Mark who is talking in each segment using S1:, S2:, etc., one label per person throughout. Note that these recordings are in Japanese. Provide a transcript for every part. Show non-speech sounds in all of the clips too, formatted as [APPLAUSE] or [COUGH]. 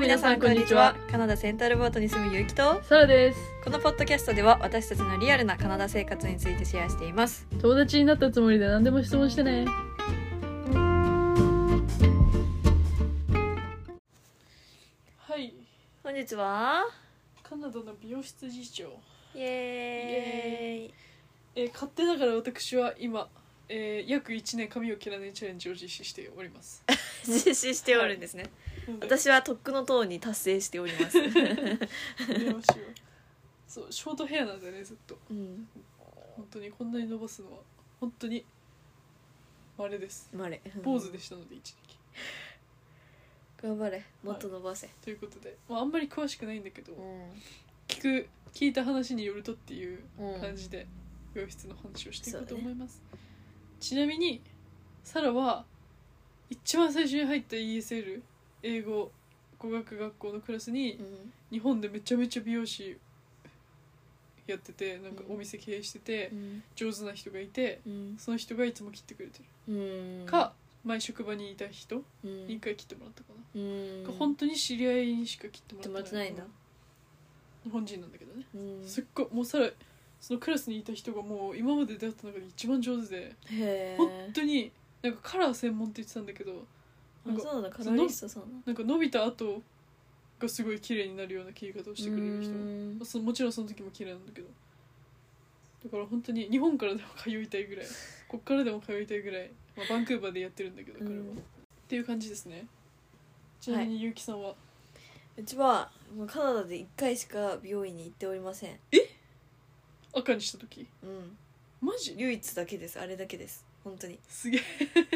S1: 皆さんこんにちはカナダセンタルボートに住むゆうきと
S2: サラです
S1: このポッドキャストでは私たちのリアルなカナダ生活についてシェアしています
S2: 友達になったつもりで何でも質問してねはい
S1: 本日は
S2: カナダの美容室事情
S1: イエーイ
S2: えー勝手ながら私は今、えー約1年髪を切らないチャレンジを実施しております
S1: [LAUGHS] 実施しておるんですね私はとっくの塔に達成しており [LAUGHS] ます、
S2: 美容師をそうショートヘアなんだよねずっと
S1: うん、
S2: 本当にこんなに伸ばすのは本当に稀です
S1: まれ
S2: 坊主でしたので一時期
S1: 頑張れもっと伸ばせ、
S2: ということで、まあ、あんまり詳しくないんだけど、
S1: う
S2: 聞く聞いた話によるとっていうん感じで美容室の話をしていこうと
S1: そうだね
S2: 思います、ちなみにサラは一番最初に入った ESL 英語語学学校のクラスに
S1: うん
S2: 日本でめちゃめちゃ美容師やっててなんかお店経営してて
S1: うん
S2: 上手な人がいて
S1: うん
S2: その人がいつも切ってくれて
S1: うん
S2: るか前職場にいた人
S1: う
S2: に一
S1: ん
S2: 回切ってもらったかな
S1: うん
S2: が本当に知り合いにしか切って
S1: 止
S2: もら
S1: ま
S2: っ
S1: ってて
S2: な
S1: ないいんだ
S2: 日本人なんだけどね
S1: うん
S2: すっごいもうさらそのクラスにいた人がもう今まで出会った中で一番上手で
S1: へ
S2: 本
S1: え
S2: 当になんかカラー専門って言ってたんだけどなん
S1: あ
S2: か
S1: そうなんだカラリストさんなんだ
S2: なんか伸びた後がすごい綺麗になるような切り方をしてくれる人
S1: う
S2: も
S1: ん
S2: そのもちろんその時も綺麗なんだけどだから本当に日本からでも通いたい
S1: [LAUGHS]
S2: ぐらいこっからでも通いたいぐらい、まあ、バンクーバーでやってるんだけど
S1: う
S2: 彼は、
S1: ん
S2: っていう感じですねちなみに結城さんは、
S1: うちはもうカナダで1回しか美容院に行っておりません
S2: 赤にした時
S1: うん
S2: マジ
S1: 唯一だけですあれだけです本当に [LAUGHS]
S2: すげ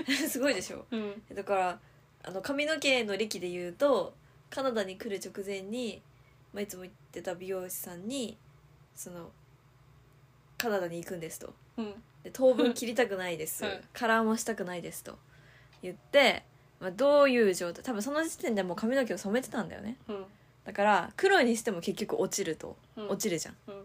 S2: え、
S1: すごいでしょ
S2: うん、
S1: だからあの髪の毛の歴で言うとカナダに来る直前に、まあ、いつも行ってた美容師さんにそのカナダに行くんですと
S2: うん
S1: で当分切りたくないです、
S2: [LAUGHS] はい
S1: カラーもしたくないですと言って、まあ、どういう状態多分その時点でもう髪の毛を染めてたんだよね
S2: うん
S1: だから黒にしても結局落ちると
S2: うん
S1: 落ちるじゃん
S2: うん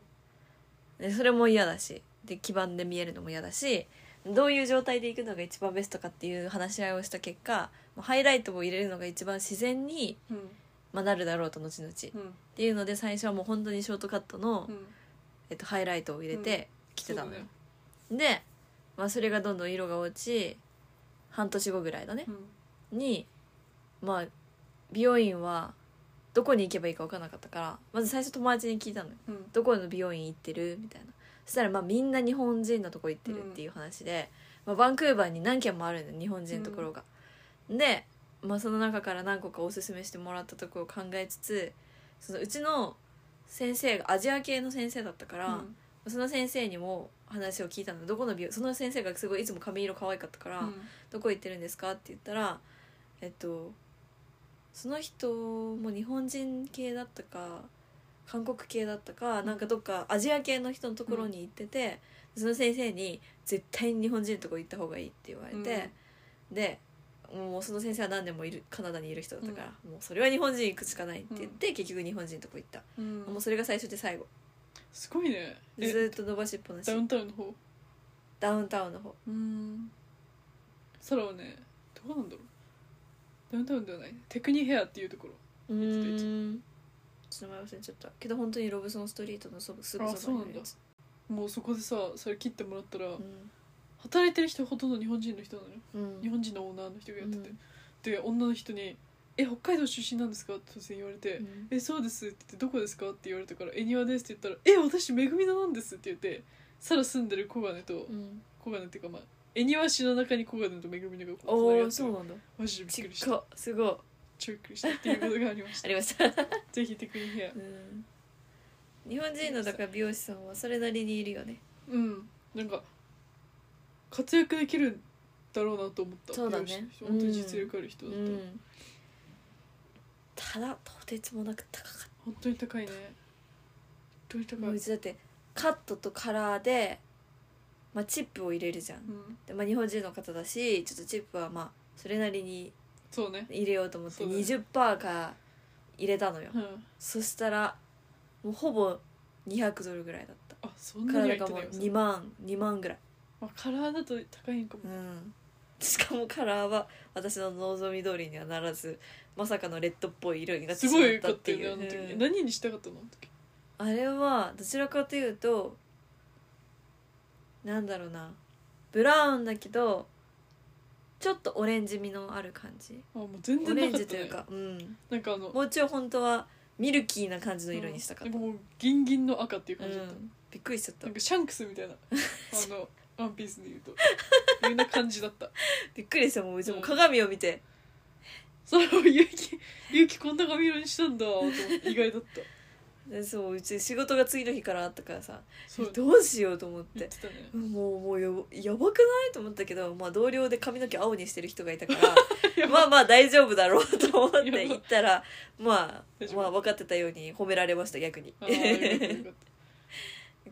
S1: でそれも嫌だしで基盤で見えるのも嫌だしどういう状態でいくのが一番ベストかっていう話し合いをした結果まあハイライトを入れるのが一番自然に、
S2: うん
S1: まあ、なるだろうと後々っ
S2: うん
S1: ていうので最初はもう本当にショートカットの、
S2: うん
S1: えっと、ハイライトを入れて着てたのよ
S2: そう、
S1: で、まあ、それがどんどん色が落ち半年後ぐらいだね
S2: だねうん
S1: にまあ美容院はどこに行けばいいか分からなかったからまず最初友達に聞いたのよ
S2: うん
S1: どこの美容院行ってるみたいなそしたらまあみんな日本人のとこ行ってるっていう話で、まあ、バンクーバーに何軒もあるんだよ日本人のところが、で、まあ、その中から何個かおすすめしてもらったところを考えつつそのうちの先生がアジア系の先生だったから、
S2: うん
S1: その先生にも話を聞いたのどこの美容その先生がすごいいつも髪色可愛かったから、
S2: うん
S1: どこ行ってるんですか?」って言ったらえっとその人も日本人系だったか韓国系だったかなんかどっかアジア系の人のところに行ってて、その先生に「絶対に日本人のとこ行った方がいい」って言われて、でもうその先生は何年もいるカナダにいる人だったから、もうそれは日本人行くしかないって言って、結局日本人のとこ行った、
S2: うん
S1: もうそれが最初で最後
S2: すごいねえ
S1: でずっと伸ばしっぱなし
S2: ダウンタウンの方
S1: ダウンタウンの方
S2: うんサラはねどうなんだろうダウンタウンではないテクニヘアっていうところ
S1: うーんちょっと名前忘れちゃったけど本当にロブソンストリートのそすぐ
S2: あ
S1: そばにあるやつ
S2: もうそこでさそれ切ってもらったら
S1: うん
S2: 働いてる人ほとんど日本人の人なのよ
S1: うん
S2: 日本人のオーナーの人がやってて
S1: うん
S2: で女の人に「え北海道出身なんですか?」って突然言われて
S1: うん
S2: えそうです」って言って「どこですか?」って言われたから「え庭です」って言ったら「え私めぐみのなんです」って言ってサラ住んでる小金と
S1: うん
S2: 小金っていうかまあ恵庭市の中に小金とめぐみのがこう
S1: お
S2: 隣り合っ
S1: お
S2: て
S1: そ
S2: る
S1: うなんだ
S2: マジでびっ
S1: ち
S2: く
S1: っ
S2: りした
S1: こすごい
S2: 超びっくりしたっていうことがありまし
S1: あ
S2: た
S1: りました
S2: ぜひテクニヘア
S1: うん日本人のだから美容師さんはそれなりにいるよね
S2: うんなんか活躍できるんだろうなと思った
S1: そうだね
S2: 美容師の人本当に実力ある人
S1: う
S2: だった、
S1: んただとてつもなく高かっ
S2: 本当に高いね本当
S1: た
S2: に
S1: も
S2: 高
S1: う、
S2: いう
S1: ちだってカットとカラーでまあチップを入れるじゃん
S2: うん、
S1: でまあ日本人の方だしちょっとチップはまあそれなりに
S2: そうね
S1: 入れようと思って
S2: そうだね
S1: 20%か入れたのよ
S2: うん
S1: そしたらもうほぼ200ドルぐらいだった
S2: あそんなには
S1: 体
S2: 言
S1: が
S2: って
S1: も
S2: な
S1: う
S2: いよ
S1: 2万2万ぐらい
S2: まあ、カラーだと高いんかも
S1: うんしかもカラーは私の望み通りにはならずまさかのレッドっぽい色になって
S2: す
S1: し
S2: ご
S1: ま
S2: い
S1: っ
S2: よ
S1: た
S2: か
S1: っ
S2: ってたよ
S1: い
S2: ね
S1: う
S2: あの時ね
S1: うん
S2: 何にしたかったのあの時
S1: あれはどちらかというとなんだろうなブラウンだけどちょっとオレンジ味のある感じ
S2: あもう全
S1: オ
S2: 然
S1: レ
S2: な
S1: ン
S2: かっ
S1: ジ
S2: た
S1: と
S2: ね
S1: いうか、うん、
S2: なんかあの
S1: もうちょい本当はミルキーな感じの色にしたかった、
S2: なんかもうギンギンの赤っていう
S1: う
S2: 感じだった、
S1: ん、びっくりしちゃった
S2: なんかシャンクスみ
S1: [LAUGHS]
S2: たいなあのワンピースで言うというな感じだった
S1: びっくりしたもううちも鏡を見て
S2: それをゆうきゆうきこんな髪色にしたんだと思って意外だった
S1: でそううち仕事が次の日からあったからさ
S2: そう
S1: どうしようと思っ
S2: 言っててたね
S1: もうもうやばやばくないと思ったけど、まあ、同僚で髪の毛青にしてる人がいたから
S2: [LAUGHS]
S1: まあまあ大丈夫だろうと思って行ったらま
S2: 大丈
S1: あ
S2: 夫
S1: まあ分かってたように褒められました逆に
S2: あーよかったよ
S1: [LAUGHS]
S2: かっ
S1: よ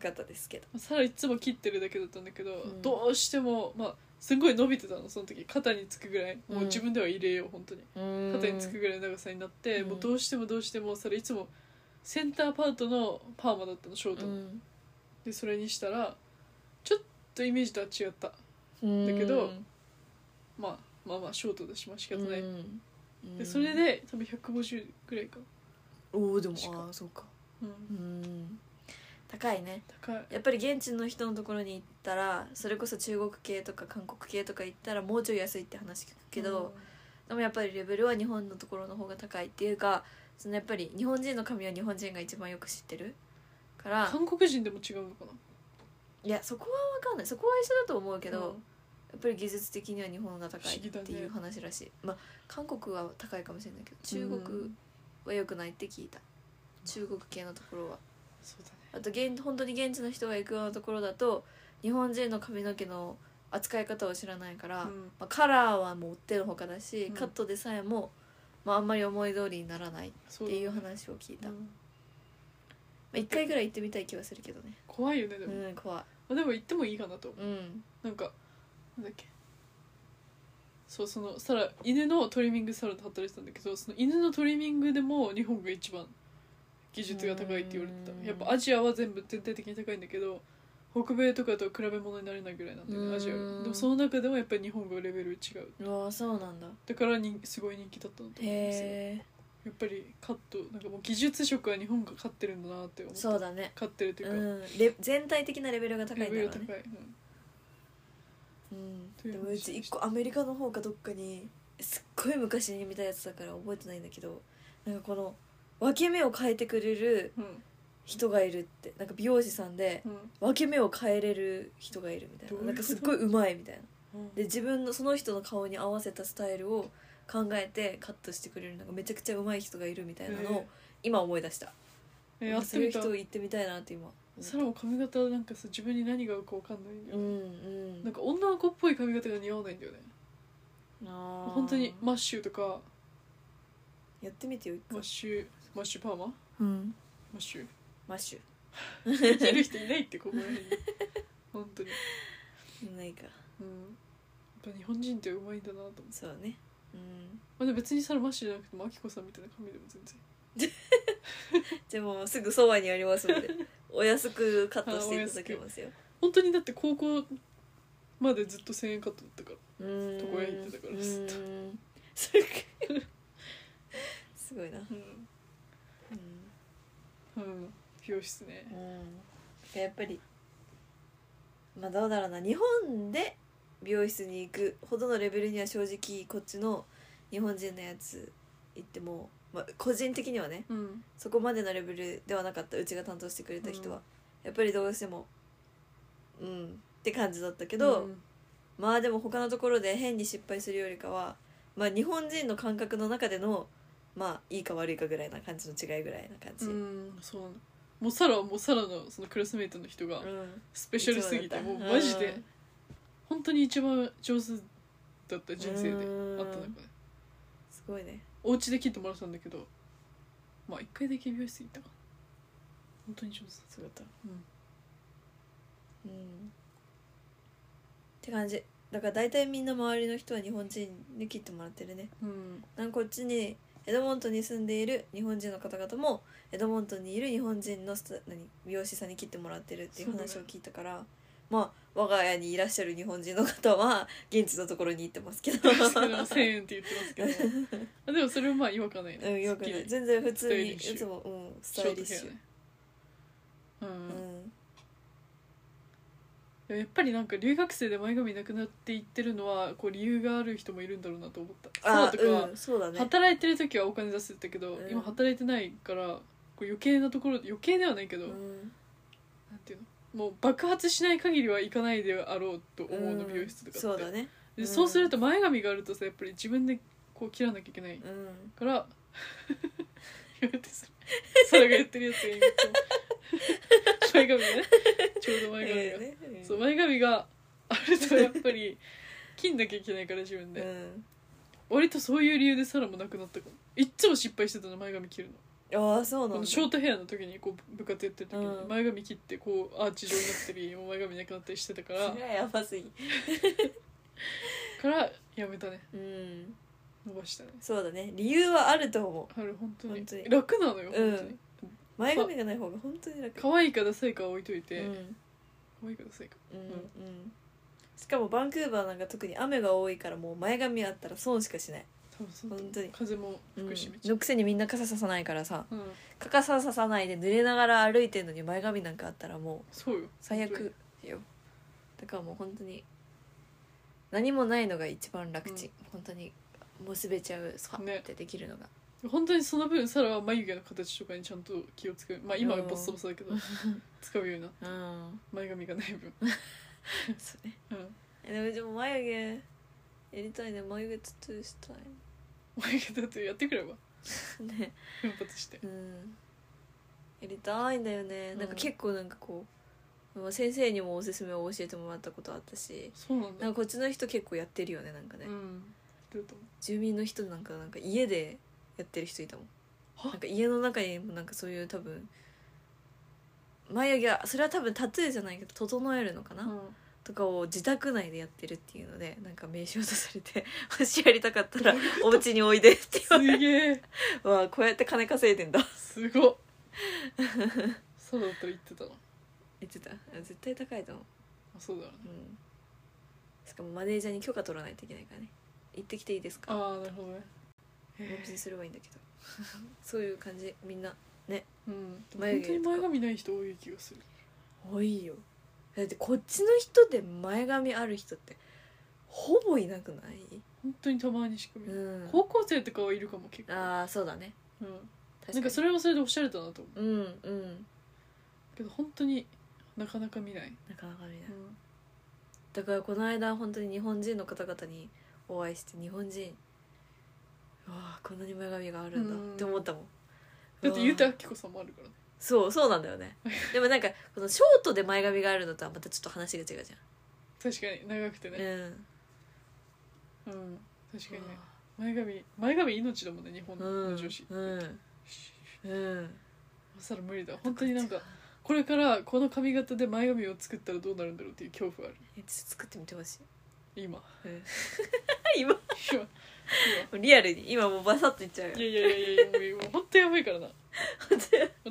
S2: た
S1: かったですけど
S2: サラいつも切ってるだけだったんだけど、
S1: ん
S2: どうしてもまあすごい伸びてたのその時肩につくぐらいもう自分では入れよう本当に肩につくぐらいの長さになって、
S1: うん
S2: もうどうしてもどうしてもそれいつもセンターパートのパーマだったのショート
S1: う
S2: の、
S1: ん
S2: でそれにしたらちょっとイメージとは違った
S1: うん
S2: だけどまあまあまあショートだしまあ仕方ない、
S1: うん
S2: でそれで多分150ぐらいか、
S1: おおでも
S2: 確か
S1: ああそうか
S2: うん、
S1: うん高いね
S2: 高い
S1: やっぱり現地の人のところに行ったらそれこそ中国系とか韓国系とか行ったらもうちょい安いって話聞くけど、でもやっぱりレベルは日本のところの方が高いっていうかそのやっぱり日本人の髪は日本人が一番よく知ってるか
S2: うん
S1: ら
S2: 韓国人でも違うのかない
S1: やそこは分かんないそこは一緒だと思うけど、
S2: うん
S1: やっぱり技術的には日本が高いっ
S2: 不思
S1: て
S2: 議だ
S1: い
S2: ね
S1: う話らしい、まあ韓国は高いかもしれないけど中
S2: う
S1: 国
S2: ん
S1: は良くないって聞いた中国系のところは
S2: そうだね
S1: あと現本当に現地の人が行くようなところだと日本人の髪の毛の扱い方を知らないから、
S2: うん
S1: まあ、カラーはもう売ってのほかだし、
S2: うん
S1: カットでさえも、まあ、あんまり思い通りにならない
S2: そ
S1: っ
S2: う
S1: て
S2: だね
S1: いう話を聞いた、
S2: う
S1: ま
S2: ん
S1: あ、1回ぐらい行ってみたい気はするけどね
S2: 怖いよねでも、
S1: うん怖い
S2: まあ、でも行ってもいいかなと思
S1: うん
S2: うなんかなんだっけそうそのサラ犬のトリミングサロンで働いてたんだけどその犬のトリミングでも日本が一番技術が高いって言われて
S1: う
S2: た
S1: ん
S2: やっぱアジアは全部全体的に高いんだけど北米とかとは比べ物になれないぐらいなんだよ
S1: うん
S2: ねアジアがでもその中でもやっぱり日本がレベル違う
S1: うわーそうなんだ
S2: だからにすごい人気だったのと思うんですよ
S1: へえ
S2: やっぱりカットなんかもう技術職は日本が勝ってるんだなって思った
S1: そうだね
S2: 勝ってるといううか、
S1: んレ全体的なレベルが高い
S2: レ
S1: ん
S2: ベ
S1: だろ
S2: ル
S1: う
S2: 高い、
S1: ね、
S2: うん
S1: うん、
S2: という
S1: で
S2: 話
S1: もうち一個アメリカの方かどっかにすっごい昔に見たやつだから覚えてないんだけどなんかこの分け目を変えてくれる
S2: うん
S1: 人がいるってなんか美容師さんで
S2: うん
S1: 分け目を変えれる人がいるみたい
S2: どういう
S1: ななんかすっごい上手いみたいなで自分のその人の顔に合わせたスタイルを考えてカットしてくれるなんかめちゃくちゃ上手い人がいるみたいなのを今思い出した、
S2: えーえーやって
S1: そういう
S2: みた
S1: 人行ってみたいなって今
S2: サラも髪型なんかさ自分に何が合うか分かんないんだよ、
S1: うんう
S2: なん
S1: ん
S2: か女の子っぽい髪型が似合わないんだよね
S1: あー
S2: 本当にマッシュとか
S1: やってみてよ一
S2: マ
S1: 回
S2: ッシュマッシュパーママ
S1: うん
S2: ッ [LAUGHS] シュ
S1: マッシュ
S2: 似てる人いないってここら辺に本当に、
S1: ないか
S2: うん、やっぱ日本人ってうまいんだなと思って、
S1: そうねうん
S2: まあ、でも別にサラマッシュじゃなくてもアキコさんみたいな髪でも全然
S1: じゃあもうすぐそばにあります [LAUGHS] のでお安くカットしていただけますよ
S2: 本当にだって高校までずっと1000円カットだったから
S1: うーん
S2: 床屋行ってたからずっと
S1: うーんそれかすごいな
S2: う
S1: うん
S2: ん、うん、美容室ね
S1: うん、やっぱりまあどうだろうな日本で美容室に行くほどのレベルには正直こっちの日本人のやつ行っても、まあ、個人的にはね
S2: うん
S1: そこまでのレベルではなかったうちが担当してくれた人は、やっぱりどうしてもうんって感じだったけ
S2: け
S1: ど、まあでも他のところで変に失敗するよりかは、まあ、日本人の感覚の中でのまあいいか悪いかぐらいな感じの違いぐらいな感
S2: う
S1: じ。
S2: んそうなのもうサラはもうサラのそのクラスメイトの人が
S1: うん
S2: スペシャルすぎて
S1: 一
S2: も
S1: 番
S2: う
S1: だった
S2: マジ
S1: う
S2: で
S1: ん
S2: 本当に一番上手だった人生で
S1: うん
S2: あった中です
S1: ごいね
S2: お家で切ってもらったんだけどまあ一回だけ美容室行ったかな本当に上手だった
S1: そうだった
S2: うん
S1: うんって感じだから大体みんな周りの人は日本人に切ってもらってるね
S2: うん
S1: なんかこっちにエドモントンに住んでいる日本人の方々もエドモントンにいる日本人のスタ何美容師さんに切ってもらってるっていう話を聞いたから、まあ我が家にいらっしゃる日本人の方は現地のところに行ってますけど
S2: それでも1000円って言ってますけ
S1: [LAUGHS]
S2: どあでもそれはまあ違和感ないね、
S1: うんよくない
S2: すっきり
S1: 全然普通にい
S2: スタイリッシュ
S1: つも、うん、ス
S2: ショー
S1: タイリ
S2: ト
S1: ッシ
S2: ヘア
S1: ュ、
S2: ねうん、
S1: うん、
S2: でもやっぱりなんか留学生で前髪なくなっていってるのはこう理由がある人もいるんだろうなと思ったサラ
S1: あ
S2: とかは
S1: うんそうだね
S2: 働いてる時はお金出せてたけど、
S1: うん
S2: 今働いてないからこう余計なところ余計ではないけど、
S1: うん
S2: なんていうのもう爆発しない限りはいかないであろうと思うの、
S1: うん
S2: 美容室とかって
S1: そうだね
S2: で
S1: うん
S2: そうすると前髪があるとさやっぱり自分でこう切らなきゃいけない
S1: うん [LAUGHS]
S2: から言われてそれそれが言ってるやつがいると前髪ねちょうど前髪が、
S1: ええね
S2: そう前髪があるとやっぱり切んなきゃいけないから自分で、
S1: うん
S2: 割とそういう理由でサラもなくなったかもいっつも失敗してたの前髪切るの
S1: ああそう
S2: こ
S1: なん
S2: の
S1: だ
S2: ショートヘアの時にこう部活やってる時
S1: う
S2: に
S1: ん
S2: 前髪切ってこうアーチ状になったりもう前髪なくなったりしてたから
S1: それ [LAUGHS] はやばすぎ
S2: からやめたね
S1: うん
S2: 伸ばしたね
S1: そうだね理由はあると思う
S2: あれ本当に
S1: 本当に
S2: 楽なのよ
S1: う
S2: 本当
S1: ん
S2: に、
S1: 前髪がない方が本当に楽
S2: 可愛いかダサいかは置いというて、
S1: ん
S2: 可愛いかダサいか
S1: うん
S2: ん
S1: うんしかもバンクーバーなんか特に雨が多いからもう前髪あったら損しかしない、
S2: 多分そうだと思う
S1: 本当に
S2: 風も吹くしめっちゃ
S1: のくせにみんな傘ささないからさ
S2: うん、
S1: 傘ささないで濡れながら歩いてんのに前髪なんかあったらもう
S2: そうよ
S1: 最悪よだからもう本当に何もないのが一番楽ちん、本当に結べちゃうさ
S2: ね
S1: ってできるのが、
S2: 本当にその分サラは眉毛の形とかにちゃんと気をつけまあ今はボッサボサだけど使うようにな
S1: うん
S2: 前髪がない
S1: [LAUGHS]
S2: 分、
S1: そうね
S2: うん、
S1: えでもでも眉毛やりたいね眉毛ツトゥーしたい
S2: 眉毛だってやってくれば
S1: ね
S2: 奮発して
S1: うんやりたいんだよね、
S2: うん
S1: なんか結構なんかこうまあ先生にもおすすめを教えてもらったことあったし
S2: そうなんだ
S1: なんかこっちの人結構やってるよねなんかね、
S2: うんどうと思う
S1: 住民の人なんかなんか家でやってる人いたもん
S2: は
S1: なんか家の中にもなんかそういう多分眉毛はそれは多分タトゥーじゃないけど整えるのかな、
S2: うん
S1: とかを自宅内でやってるっていうのでなんか名刺を出されて [LAUGHS] 「もしやりたかったらお家においで」って言われ
S2: すげえ
S1: てわあこうやって金稼いでんだ
S2: すご
S1: [LAUGHS]
S2: っそうだったら言ってたの
S1: 言ってた絶対高いと思う
S2: あそうだろうね
S1: うんしかもマネージャーに許可取らないといけないからね行ってきていいですか
S2: ああなるほどね
S1: 別にすればいいんだけど [LAUGHS] そういう感じみんな
S2: うんでも
S1: 眉
S2: 本
S1: 毛
S2: 当に前髪ない人多い気がする
S1: 多いよだってこっちの人で前髪ある人ってほぼいなくない
S2: 本当にたまにしか見ない
S1: うん
S2: 高校生とかはいるかも結構
S1: ああそうだね
S2: うん
S1: 確かに
S2: なんかそれはそれでおしゃれだなと思う
S1: うんうん
S2: けど本当になかなか見ない、、
S1: なかなか見ないう
S2: ん
S1: だからこの間本当に日本人の方々にお会いして日本人うわあこんなに前髪があるん
S2: う
S1: だ
S2: ん
S1: って思ったもん
S2: だってゆう
S1: う
S2: た
S1: わ
S2: あ
S1: あ
S2: きこさんもあるからね
S1: そうそうなんだよ
S2: [LAUGHS]
S1: ねでもなんかこのショートで前髪があるのとはまたちょっと話が違うじ
S2: 確かに長くて
S1: ゃん、
S2: ね
S1: うん
S2: うん、確かにね前髪前髪命だもんね日本
S1: う
S2: の
S1: ん
S2: 女子、
S1: うんうん
S2: そら無理だ本当になんかこれからこの髪型で前髪を作ったらどうなるんだろうっていう恐怖ある
S1: えちょっと作ってみてほしい、 [LAUGHS]
S2: 今
S1: うん、今
S2: 今
S1: リアルに今もうバサッといっちゃうよ
S2: 今いやいやいやいやもう本当やばいからな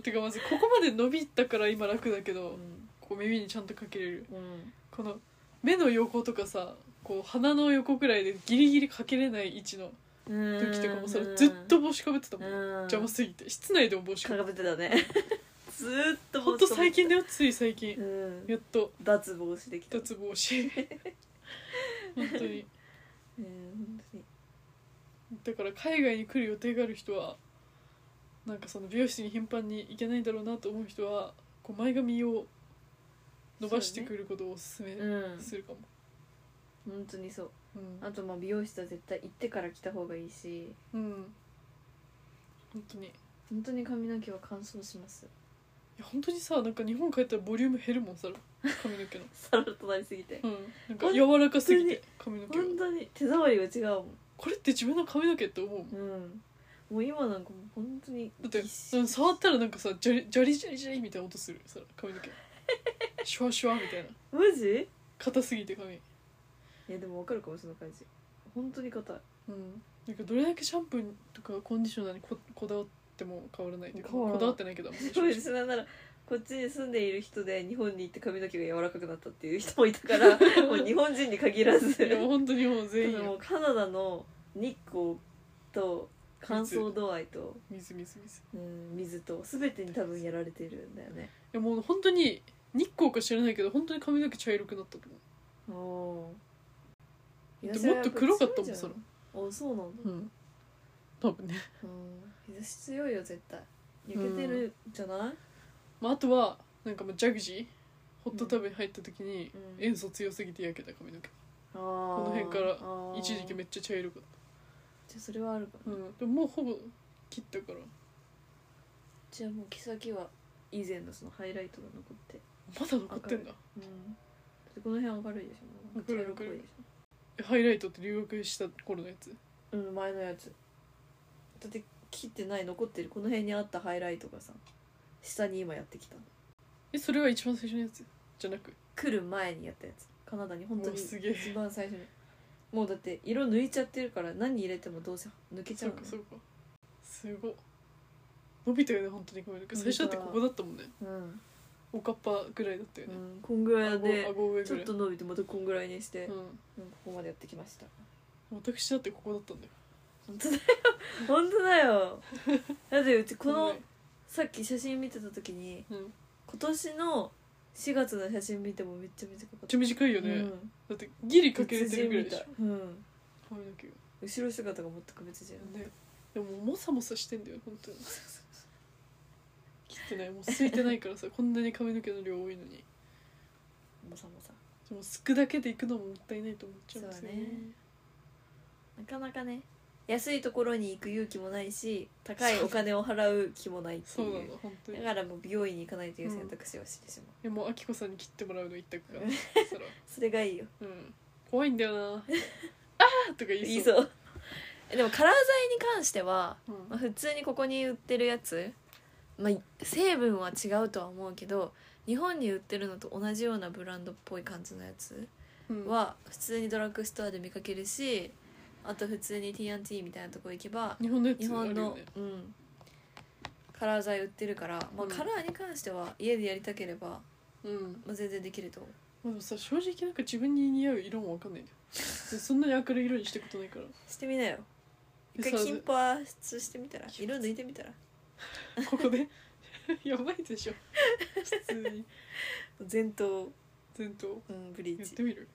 S2: てかまずここまで伸びたから今楽だけど、こう耳にちゃんとかけれる
S1: うん
S2: この目の横とかさこう鼻の横くらいでギリギリかけれない位置の
S1: うん
S2: 時とかもさずっと帽子かぶってたもん邪
S1: 邪
S2: 魔すぎて室内でも帽子か
S1: か
S2: ぶっ
S1: かぶっ
S2: [LAUGHS]
S1: てたねずーっ
S2: て
S1: と
S2: ほんと最近だよつい最近
S1: うん
S2: やっと
S1: 脱帽子できた
S2: 脱帽子本当に
S1: うん本
S2: だから海外に来る予定がある人はなんかその美容室に頻繁に行けないんだろうなと思う人はこう前髪を伸ばしてくることをおすすめ
S1: 当にうん
S2: するかも、
S1: 本当にそう
S2: うん
S1: あとまあ美容室は絶対行ってから来た方がいいし
S2: うん本当にい
S1: 本当に髪の毛は乾燥します
S2: や本当にさなんか日本帰ったらボリューム減るもんさ髪の毛
S1: [LAUGHS]
S2: の
S1: さらっとなりすぎて
S2: うんなんか柔らかすぎて髪の毛が
S1: 本当に手触りが違うも
S2: これって自分の髪の毛って思うもん
S1: んうんもう今なんかもう本当に
S2: だって
S1: ぎし
S2: うん触ったらなんかさジャリジャリジャリジャリみたいな音するさ髪
S1: [LAUGHS]
S2: の毛シュワシュワみたいな
S1: マジ
S2: 硬すぎて髪
S1: いやでも分かるかもその感じ本当に硬い
S2: うんなんかどれだけシャンプーとかコンディショナーにここだわっても変わらないというか
S1: 変わ
S2: こ
S1: らない
S2: だわってないけど
S1: そうですなんならこっちに住んでいる人で日本に行って髪の毛が柔らかくなったっていう人もいたから
S2: [LAUGHS]
S1: もう日本人に限らず
S2: いや本当にもう全員
S1: ただも
S2: よ
S1: うカナダの日光と乾燥度合いと、
S2: 水水水い
S1: うん、水と全てに多分やられてるんだよね
S2: やもう本当に日光か知らないけど本当に髪の毛茶色くなったと思う
S1: お
S2: だってもっと黒かったもんそ
S1: そ
S2: ら
S1: あそうなんだ、
S2: うん多分ね、
S1: うん、日差し強いよ絶対焼けてるんじゃない、
S2: まあ、あとはなんかもうジャグジーホットタブに入った時に
S1: うん
S2: 塩素強すぎて焼けた髪の毛
S1: こ
S2: この
S1: の
S2: 辺から一
S1: 一
S2: 時期めっちゃ茶色かっ
S1: じゃあそれはあるか
S2: た、
S1: な、
S2: うん、でももうほぼ切ったから
S1: じゃあもう毛先は以前のそのハイライトが残って
S2: まだ残ってんだ
S1: うんだってこの辺明るいでしょもう
S2: 明るい
S1: 茶色っぽいでし
S2: えハイライトって留学した頃のやつ
S1: ょうん前のやつだって切ってない残ってるこの辺にあったハイライトがさ下に今やってきた
S2: えそれは一番最初のやつじゃなく
S1: 来る前にやったやつカナダに本当
S2: う
S1: に
S2: わすげえ
S1: 一番最初にもうだって色抜いちゃってるから何入れてもどうせ抜けち
S2: そ
S1: ゃ
S2: う
S1: うの
S2: か
S1: ね
S2: そうかすごい伸びたよね本当に髪の毛
S1: 伸
S2: 最
S1: びた
S2: 初だってここだったもんね
S1: うん、
S2: おかっぱぐらいだったよ
S1: う
S2: ね、
S1: ん、こんぐらい
S2: 顎
S1: で
S2: 顎上
S1: ち
S2: ぐ
S1: ょっ
S2: らい
S1: と伸びてまたこんぐらいにして、
S2: う
S1: うんここまでやってきました
S2: ん、私だってここだったんだよ
S1: 本当だよ本当だ
S2: [LAUGHS]
S1: よだってうちこのさっき写真見てた時に
S2: うん、めっ
S1: 今年の4月の写真見てもめっちゃ短かった
S2: ちゃ短いよね、
S1: うん
S2: だってギリかけれ
S1: 別
S2: てる
S1: 人
S2: ぐらい
S1: み
S2: でしたょ
S1: いうん
S2: 髪の毛が
S1: 後ろ姿がもっと別人
S2: ねでももさもさしてんだよ本当に切ってないもう空いてないからさこんなに髪の毛の量多いのに
S1: もさもさ
S2: でもすくだけでいくのももったいないと思っちゃうんですよ
S1: そうねなかなかね安いところに行く勇気もないし高いお金を払う気もないって
S2: そうないの
S1: う
S2: 本当に
S1: だからもう美容院に行かないという選択肢をしてしまう、
S2: でもうあきこさんに切ってもらうの一択 [LAUGHS] が
S1: うん
S2: そしたら
S1: それがいいよ
S2: うん怖いんだ [LAUGHS] よなあーとか言い
S1: いい
S2: そう
S1: そう [LAUGHS] えでもカラー剤に関しては
S2: うん
S1: まあ、普通にここに売ってるやつ、まあ、成分は違うとは思うけど日本に売ってるのと同じようなブランドっぽい感じのやつ
S2: うん
S1: は普通にドラッグストアで見かけるしあと普通に T&T みたいなとこ行けば
S2: 日本のやつ
S1: 日
S2: あ
S1: 本
S2: るよ
S1: の、
S2: ね
S1: うん、カラー剤売ってるから、ま
S2: う
S1: あ、
S2: ん
S1: カラーに関しては家でやりたければ、ま
S2: うん
S1: あ、全然できると思う
S2: まあでもさ正直なんか自分に似合う色もわかんないんだよでそんなに明るい色にしたことないから
S1: してみなよ
S2: で
S1: 一
S2: さ
S1: 回金髪してみたら色抜いてみたら
S2: ここで [LAUGHS] やばいでしょ普通に
S1: 前頭、
S2: 前頭
S1: うん、ブリ
S2: やっ
S1: ーチ
S2: てみる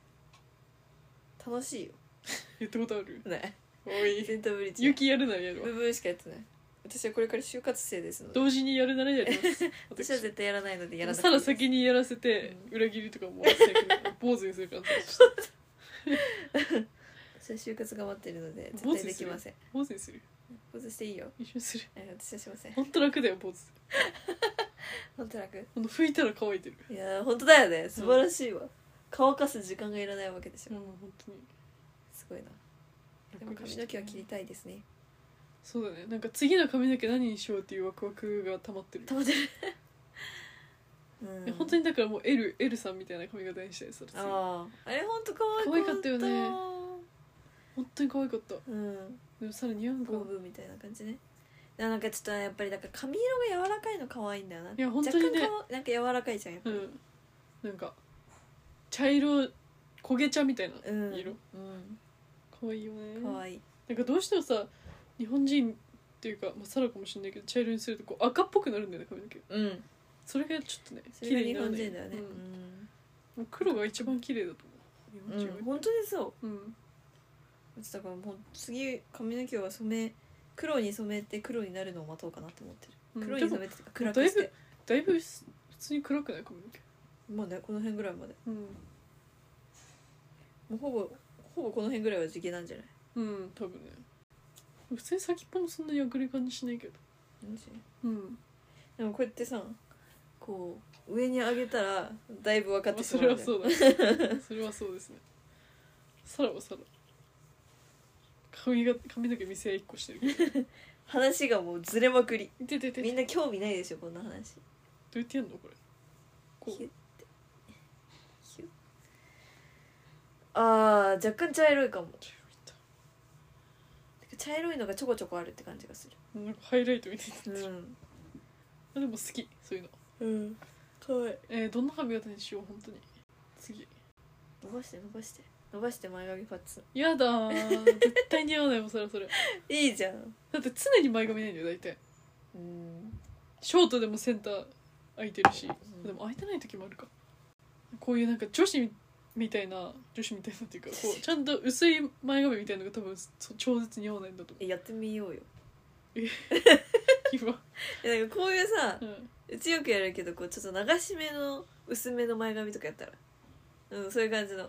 S1: 楽しいよ
S2: やったことある
S1: ね
S2: おい
S1: 前頭ブリーチ
S2: 雪やるならやるわ
S1: 部分しかやってない私はこれから就活生ですので
S2: 同時にやるならやります
S1: 私は絶対やらないのでやらなく
S2: さら
S1: ていい
S2: 先にやらせて、裏切りとかも忘れて坊主にするから
S1: 私は就活が待ってるので絶
S2: 坊主
S1: 対
S2: に
S1: ですき
S2: る
S1: ません
S2: 坊主にする
S1: 坊主していいよ
S2: 一緒にする
S1: え私はしません
S2: ほんと楽だよ坊主
S1: 本当楽
S2: あの拭いたら乾いてる
S1: いやー本当だよね素晴らしいわ、乾かす時間がいらないわけでしょ
S2: うん本当に
S1: すごいなでも髪の毛は切りたいですね
S2: そうだねなんか次の髪の毛何にしようっていうワクワクが溜まってる、
S1: 溜まってるうん
S2: え本当にだからもう LL さんみたいな髪型にしたいそれ次本
S1: あああれ本当可愛
S2: 可愛かったよね当に可愛かった
S1: うん
S2: でもさらに似合うのか
S1: ボ
S2: な
S1: ブみたいな感じねでもなんかちょっとやっぱりなんか髪色が柔らかいの可愛いんだよない
S2: や本当にね
S1: 若干かわなんか柔らかいじゃんやっぱ
S2: う
S1: り、
S2: んなんか茶色焦げ茶みたいな
S1: うん
S2: 色可愛いよね
S1: うん、かわいい
S2: なんかどうしてもさ日本人っていうか、まあ、サラかもしれないけど茶色にするとこう赤っぽくなるんだよね髪の毛
S1: うん
S2: それがちょっとね
S1: それ
S2: 綺
S1: が
S2: 麗に
S1: 日
S2: なら
S1: 本
S2: ない
S1: 人だよね
S2: うんもう黒が一番綺麗だと思
S1: う
S2: う日
S1: ん、
S2: 本人は
S1: 本当にそう
S2: うん
S1: うちだからもう次髪の毛は染め黒に染めて黒になるのを待とうかなと思って
S2: う
S1: る
S2: ん
S1: 黒
S2: で
S1: に
S2: も
S1: 染めて暗くして
S2: だいぶす普通に暗くない髪の毛
S1: まあねこの辺ぐらいまで
S2: うん、
S1: もうほぼほぼこの辺ぐらいは地毛なんじゃない
S2: うん、多分ね普通に先っぽもそんなに明るい感じしないけどうん
S1: でもこうやってさこう上に上げたらだいぶ分かっ
S2: まあ
S1: て
S2: そ
S1: し
S2: れ
S1: まう
S2: は
S1: ね
S2: そうだ [LAUGHS] ねそれはそうですねサラはサラ髪が髪の毛見せ合いっこしてるけど
S1: 話がもうずれまくり
S2: いてててて
S1: みんな興味ないでしょこんな話
S2: どうやってやんのこれこ
S1: ひゅ
S2: う
S1: ってひゅあー若干茶色いかもてか茶色いのがちょこちょこあるって感じがす
S2: なんかハイライトみたいになって
S1: る
S2: る、
S1: うん
S2: あでも好きそういうの
S1: うんかわいい
S2: えー、どんな髪型にしよう本当に次
S1: 伸ばして伸ばして伸ばして前髪パッツン
S2: やだ [LAUGHS] ー絶対似合わないもんそれはそれ
S1: いいじゃん
S2: だって常に前髪ないんだよ大体
S1: うん
S2: ショートでもセンター空いてるし、
S1: ん
S2: でも空いてない時もあるかこういうなんか女子みたいな女子みたいなって
S1: [LAUGHS]
S2: いうかこうちゃんと薄い前髪みたいなのが多分そ超絶似合わないん
S1: [LAUGHS]
S2: だと思
S1: えやってみようよ
S2: う今、
S1: いやなんかこういうさ
S2: うん、
S1: うちよくやるけどこうちょっと流し目の薄めの前髪とかやったらうんそういう感じの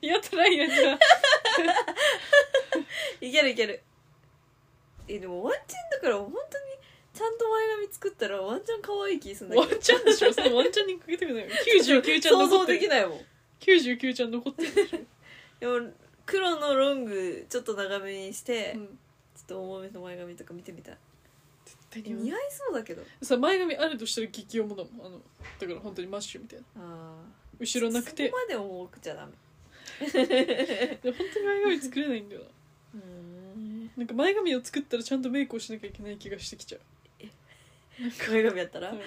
S2: やったらいいやつだ
S1: いけるいけるえでもワンチャンだから本当にちゃんと前髪作ったらワンチャン可愛い気するんだ
S2: ワ
S1: けど
S2: ンチャンでしょそのワンチャンにかけたくないよ99ちゃん
S1: 想
S2: 残
S1: 像
S2: って
S1: でき
S2: る
S1: ないもん
S2: 99ちゃん残ってる、
S1: [LAUGHS] でも黒のロングちょっと長めにして、
S2: う
S1: ちょ
S2: ん、
S1: っと重めの前髪とか見てみたい
S2: 絶対似合わない
S1: 似合いそうだけど
S2: さ前髪あるとしたら激重だもんあのだから本当にマッシュみたいな
S1: あ
S2: 後ろなくて
S1: そこまで重くちゃダメ
S2: で本当に前髪作れないんだよな [LAUGHS]
S1: うん
S2: なんか前髪を作ったらちゃんとメイクをしなきゃいけない気がしてきちゃう
S1: 前髪やったら
S2: うん、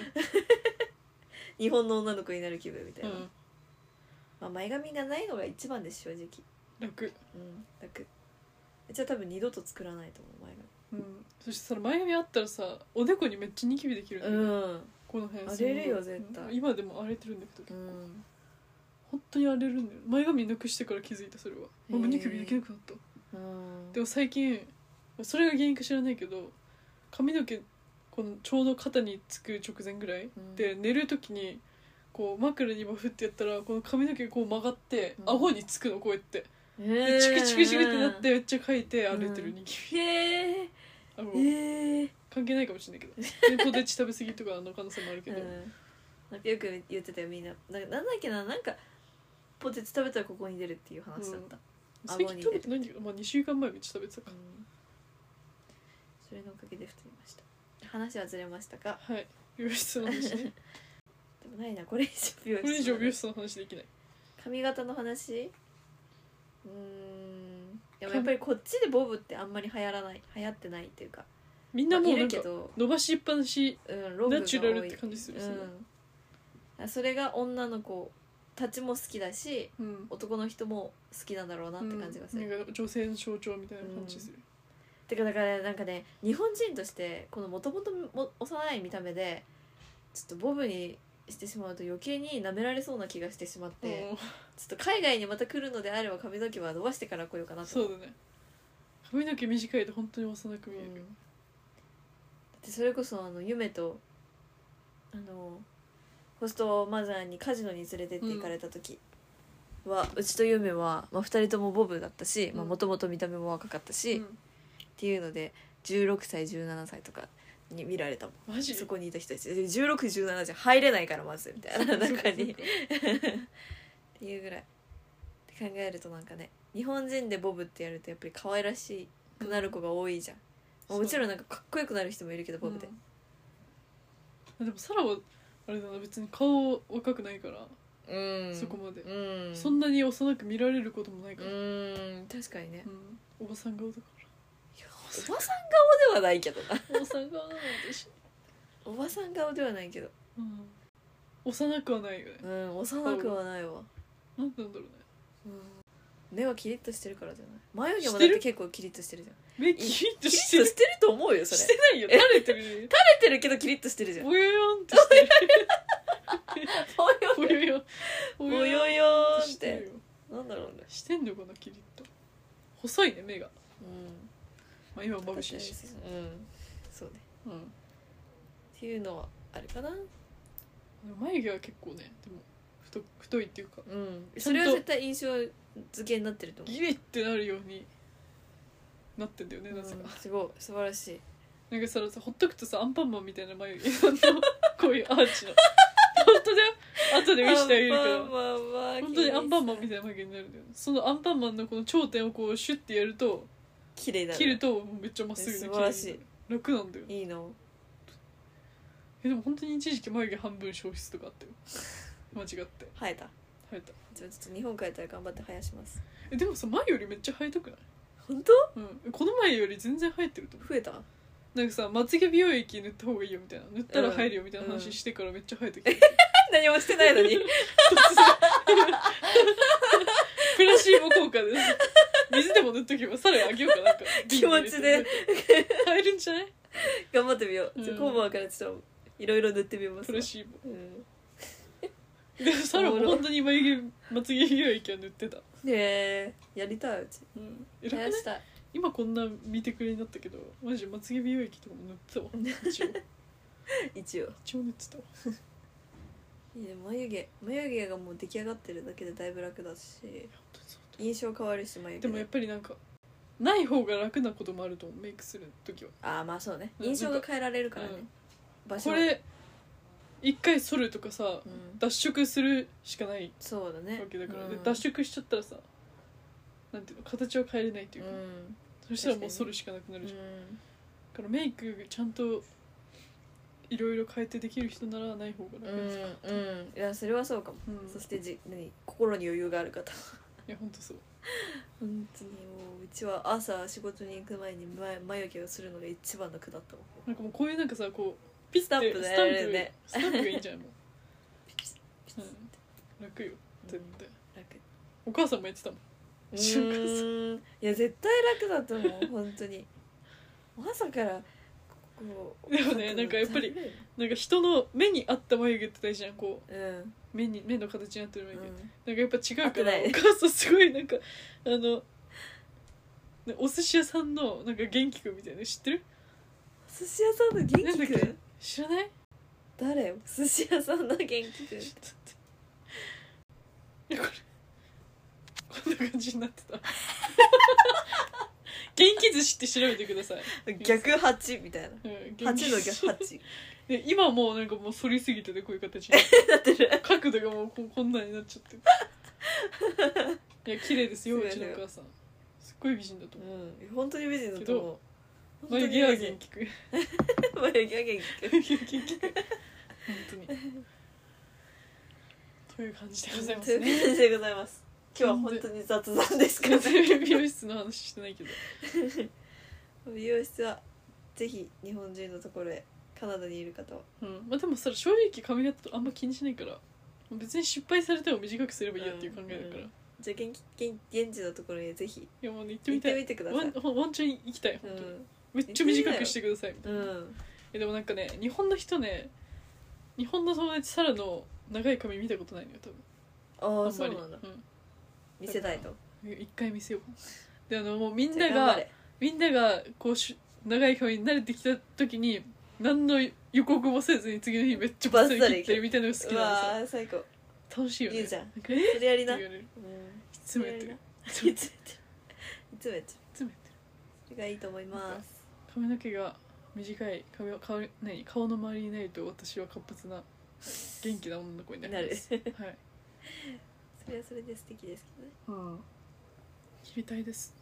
S1: 日本の女の子になる気分みたいな、
S2: うん
S1: まあ、前髪がないのが一番です正直
S2: 楽、
S1: うん楽じゃあ多分二度と作らないと思う前
S2: うん、そしてさ前髪あったらさおでこにめっちゃニキビできるんだよ、
S1: 髪うん
S2: この辺
S1: 荒れるよ
S2: うん
S1: 絶対
S2: 今でも荒れてるんだけど、
S1: うん
S2: 本当に荒れるんだよ前髪なくしてから気づいたそれは
S1: へー
S2: もうニキビできなくなった
S1: うん
S2: でも最近それが原因か知らないけど髪の毛このちょうど肩につく直前ぐらい、
S1: うん
S2: で寝る時にこう枕に今ふってやったらこの髪の毛こう曲がって、
S1: うん
S2: 顎につくのこうやって
S1: え
S2: でチクチクチクってなってめっちゃかいて歩いてる
S1: うん
S2: ニキビ、
S1: へえ
S2: 顎
S1: へえ
S2: 関係ないかもしれない
S1: [LAUGHS]
S2: けどでポテチ食べ過ぎとかの可能性もあるけど、
S1: うんなんかよく言ってたよみんなななんだっけななんかポテチ食べたらここに出るっていう話だった、
S2: 最
S1: 顎に
S2: 近食
S1: ね
S2: べてないんだけど、まあ、2週間前めっちゃ食べてたか
S1: うんそれのおかげで太りました話はずれましたが
S2: ら
S1: [LAUGHS]
S2: はい美容室の話ね
S1: でもないなこれ以上美容室
S2: これ以上美容室の話できない
S1: 髪型の話うーんでもやっぱりこっちでボブってあんまり流行らない流行ってないっていうか
S2: みんな
S1: まあ
S2: もう
S1: い
S2: な
S1: る
S2: んか
S1: けど、
S2: 伸ばしっぱなし
S1: うん、ロングが多い
S2: ナチュラルって感じするそれ
S1: うん、それが女の子たちも好きだし
S2: うん
S1: 男の人も好きなんだろうなって感じがする、
S2: うんなんか女性の象徴みたいな感じする、
S1: てかだからなんかね日本人としてこのもともと幼い見た目でちょっとボブにしてしまうと余計に舐められそうな気がしてしまって、
S2: うん
S1: ちょっと海外にまた来るのであれば髪の毛は伸ばしてから来ようかなと
S2: そうだね髪の毛短いと本当に幼く見え
S1: うんだ
S2: る、
S1: ってそれこそあの夢とあのホストマザーにカジノに連れてって行かれた時は、うちと夢は、まあ、2人ともボブだったし
S2: うん
S1: もともと見た目も若かったし、
S2: う
S1: っ
S2: ん
S1: ていうので16歳17歳とかに見られたもん
S2: マジ
S1: そこにいた人たち1617じゃ入れないからまずみた
S2: [LAUGHS]
S1: いな中にっていうぐらいって考えるとなんかね日本人でボブってやるとやっぱり可愛らしくなる子が多いじゃん、まあもちろんなんかかっこよくなる人もいるけどボブで、
S2: うんでもサラはあれだな別に顔若くないから、
S1: うん
S2: そこまで、
S1: うん
S2: そんなに幼く見られることもないから、
S1: うん確かにね
S2: うんおばさん顔だか
S1: いやおばさん顔ではないけどな
S2: らおばさん顔なの私、
S1: [LAUGHS] おばさん顔ではないけど
S2: うん、幼くはないよね
S1: うん幼くはないわ
S2: なんなんだろうね
S1: 目はキリッとしてるからじゃない眉毛もだって結構キリッとしてるじゃん
S2: 目キリッ
S1: キ
S2: と
S1: リ
S2: して
S1: ッと
S2: る
S1: してると思うよそれ
S2: してないよ垂れてるね
S1: 垂れてるけどキリッとしてるじゃん
S2: ぼよよんとしてる
S1: お
S2: ぼよよぼ
S1: よよ
S2: ん
S1: よ
S2: と
S1: ーっ
S2: してる
S1: て
S2: よ
S1: なんだろうね
S2: してんのかなキリッと細いね目が
S1: うん
S2: まあ今は眩しいし、
S1: うんそうね
S2: うん、
S1: っていうのはあるかな
S2: でも眉毛は結構ねでも太太いっていうか
S1: うん
S2: と
S1: それは絶対印象付けになってると思う
S2: ギリってなるようになってんだよねなぜか、
S1: うんすごい素晴らしい
S2: なんかさほっとくとさアンパンマンみたいな眉
S1: [LAUGHS]
S2: 毛ほんとこういうアーチの本当だよ後で見せてあげるから
S1: アンパンマンは
S2: 本当にアンパンマンみたい
S1: たい
S2: な眉毛になるんだよねそのアンパンマンのこの頂点をこうシュッてやると
S1: 綺麗だね
S2: 切るとめっちゃまっすぐな
S1: 素晴らしい
S2: 綺麗になる楽なんだよ
S1: いいの
S2: えでも本当に一時期眉毛半分消失とかあったよ間違って
S1: 生えた
S2: 生えた
S1: じゃあちょっと日本帰ったら頑張って生やします
S2: えでもさ前よりめっちゃ生えたくない
S1: 本当
S2: うん、この前より全然生えてると思
S1: 増えた
S2: うなんかさまつげ美容液塗った方がいいよみたいな塗ったら入るよみたいな
S1: うん
S2: 話してからめっちゃ生えてきて、
S1: 何もしてないのに
S2: プラシーボ効果です水でも塗っとけばさらにあげようかなんか
S1: 気持ちで
S2: 入るんじゃない
S1: [LAUGHS] 頑張ってみよう、
S2: うん
S1: 工房からちょっといろいろ塗ってみます
S2: プラシーボ
S1: うん
S2: でもサラも
S1: おもろ
S2: 本当に眉毛まつげ美容液は塗ってた、
S1: ねえやりたいうち
S2: うん、偉く
S1: 生
S2: な
S1: や
S2: い
S1: したい
S2: 今こんな見てくれになったけどマジまつげ美容液とかも塗ってたわ一応
S1: 一応
S2: 一応塗ってた [LAUGHS] わ
S1: いいね眉毛眉毛がもう出来上がってるだけでだいぶ楽だし
S2: 本当にそう
S1: 印象変わるし眉毛
S2: でもやっぱりなんかない方が楽なこともあると思うメイクする時は、
S1: ああまあそうね
S2: うん
S1: 印象が変えられる
S2: う
S1: からね、
S2: ん、
S1: 場所
S2: これ一回剃るとかさ
S1: うん、
S2: 脱色するしかない
S1: そうだね
S2: わけだから、
S1: うん
S2: で脱色しちゃったらさなんていうの形は変えれないという
S1: う
S2: か、
S1: ん、
S2: そしたらもう剃るしかなくな
S1: う
S2: るじゃん、
S1: ん、
S2: だからメイクちゃんといろいろ変えてできる人ならない方が
S1: う
S2: 楽です、
S1: ん、うん、いやそれはそうかも、
S2: うん
S1: そしてじ何心に余裕がある方
S2: いや本当そう
S1: 本当にもううちは朝仕事に行く前に眉眉毛をするのが一番の苦だったもん
S2: なんかもうこういうなんかさこうピッて
S1: スタンプで
S2: スタン
S1: やれる
S2: プ,、
S1: ね
S2: スタンプがいいんじゃないも
S1: ピチピチ
S2: う、うん、楽よ絶対、
S1: 楽
S2: お母さんもやってたもん
S1: う
S2: 瞬間
S1: ーんいや絶対楽だと思う本当に朝からこう
S2: でもねなんかやっぱりなんか人の目に合った眉毛って大事じゃんこ
S1: うん、うん、
S2: う目に目の形になってる眉毛、なんかやっぱ違うから
S1: 合って
S2: お母さんすごいなんかあのねお寿司屋さんのなんか元気くんみたいなの知ってる
S1: 寿司屋さんの元
S2: なんだ
S1: 気
S2: っ
S1: く
S2: け
S1: ん
S2: 知らない
S1: 誰寿司屋さんの元気く
S2: ちょ
S1: ん
S2: っと待っていやこれこんな感じになってた元気寿司って調べてください、
S1: 逆八みたいな
S2: うん、元気
S1: 八
S2: 寿
S1: の
S2: 司
S1: 逆八
S2: で今もうなんかもう反りすぎててこういう形に
S1: [LAUGHS] なってる
S2: 角度がもうここんなになっちゃ
S1: [LAUGHS]
S2: ってるいや綺麗ですようちのお母さんすっごい美人だと思
S1: うん本当に美人だと思う
S2: う
S1: 本当
S2: 眉
S1: に
S2: 毛は
S1: 美
S2: 元
S1: 人
S2: 気くん
S1: 眉毛は元気くん
S2: 眉毛は元気くん本当にという感じでございま
S1: とい
S2: す
S1: う
S2: ね
S1: 感じでございます今日は本当に雑談ですから
S2: 全然美容室の話してないけど
S1: 美容室はぜひ日本人のところへカナダにいる方は
S2: うんまあでもそれ正直髪型とあんま気にしないから別に失敗されても短くすればいいやっていう考えだから、
S1: うんじゃあ現現現地のところへぜひ
S2: いやもうね行って
S1: 行
S2: み
S1: ったて
S2: い
S1: みてくださ
S2: ワ
S1: い
S2: ンほんワンチャン行きたい本当に、めっちゃ短くしてくださいみた
S1: う
S2: いな、
S1: ん
S2: えでもなんかね日本の人ね日本の友達サラの長い髪見たことないのよ多分
S1: あ
S2: あ
S1: あ
S2: ん
S1: そ
S2: ま
S1: う
S2: り
S1: なんだ見せたいと
S2: うん一回見せようであのもうみん
S1: じゃあ
S2: な
S1: 頑張
S2: が
S1: れ
S2: みんながこうし長い髪に慣れてきた時に何の予告もせずに次の日めっちゃバッサリ切ってるみたいなのが好き
S1: う
S2: なの
S1: わ
S2: さ
S1: ー最高
S2: 楽しいよね
S1: 言うじゃん
S2: なんかえーって
S1: それやりな
S2: 言われるい
S1: うん
S2: つもやってるい
S1: それやりないつもやってるいつ
S2: いつもやって
S1: もやってる
S2: る
S1: それがいいと思います
S2: 髪の毛が短い髪を顔何顔の周りにないと私は活発な元気な女の子になり
S1: な
S2: ま
S1: る
S2: す
S1: それ
S2: はい
S1: はそれで素敵ですけどね
S2: 切りたいです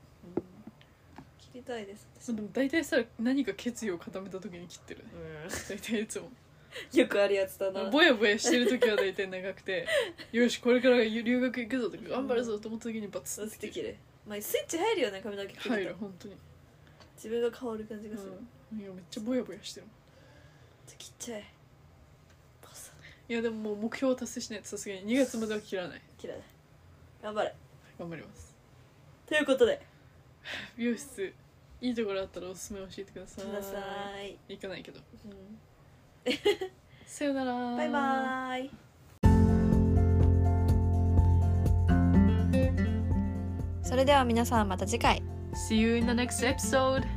S1: 切りたいです私
S2: まあでも大体さ何か決意を固めた時に切ってるね大体いつも
S1: よくあるやつだな
S2: ぼやぼやしてる時は大体長く
S1: [LAUGHS]
S2: てよしこれから留学行くぞとか頑張るぞと思った時にバツ
S1: 素
S2: ッて切
S1: 敵
S2: る
S1: でまあスイッチ入るよね髪の毛切
S2: 入
S1: る
S2: る
S1: と
S2: 本当に、
S1: 自分が変わる感じがする
S2: うん、いやめっちゃぼやぼやしてるもん
S1: じゃあ切っちゃえボサ
S2: いやでももう目標を達成しないとさすがに2月までは切らない
S1: 切らない頑張れ
S2: 頑張ります
S1: ということで
S2: 美容室いいところあったらおすすめ教えてください
S1: ください、
S2: 行かないけど
S1: うん
S2: さよなら
S1: バイバーイ。それでは皆さんまた次回。
S2: See you in the next episode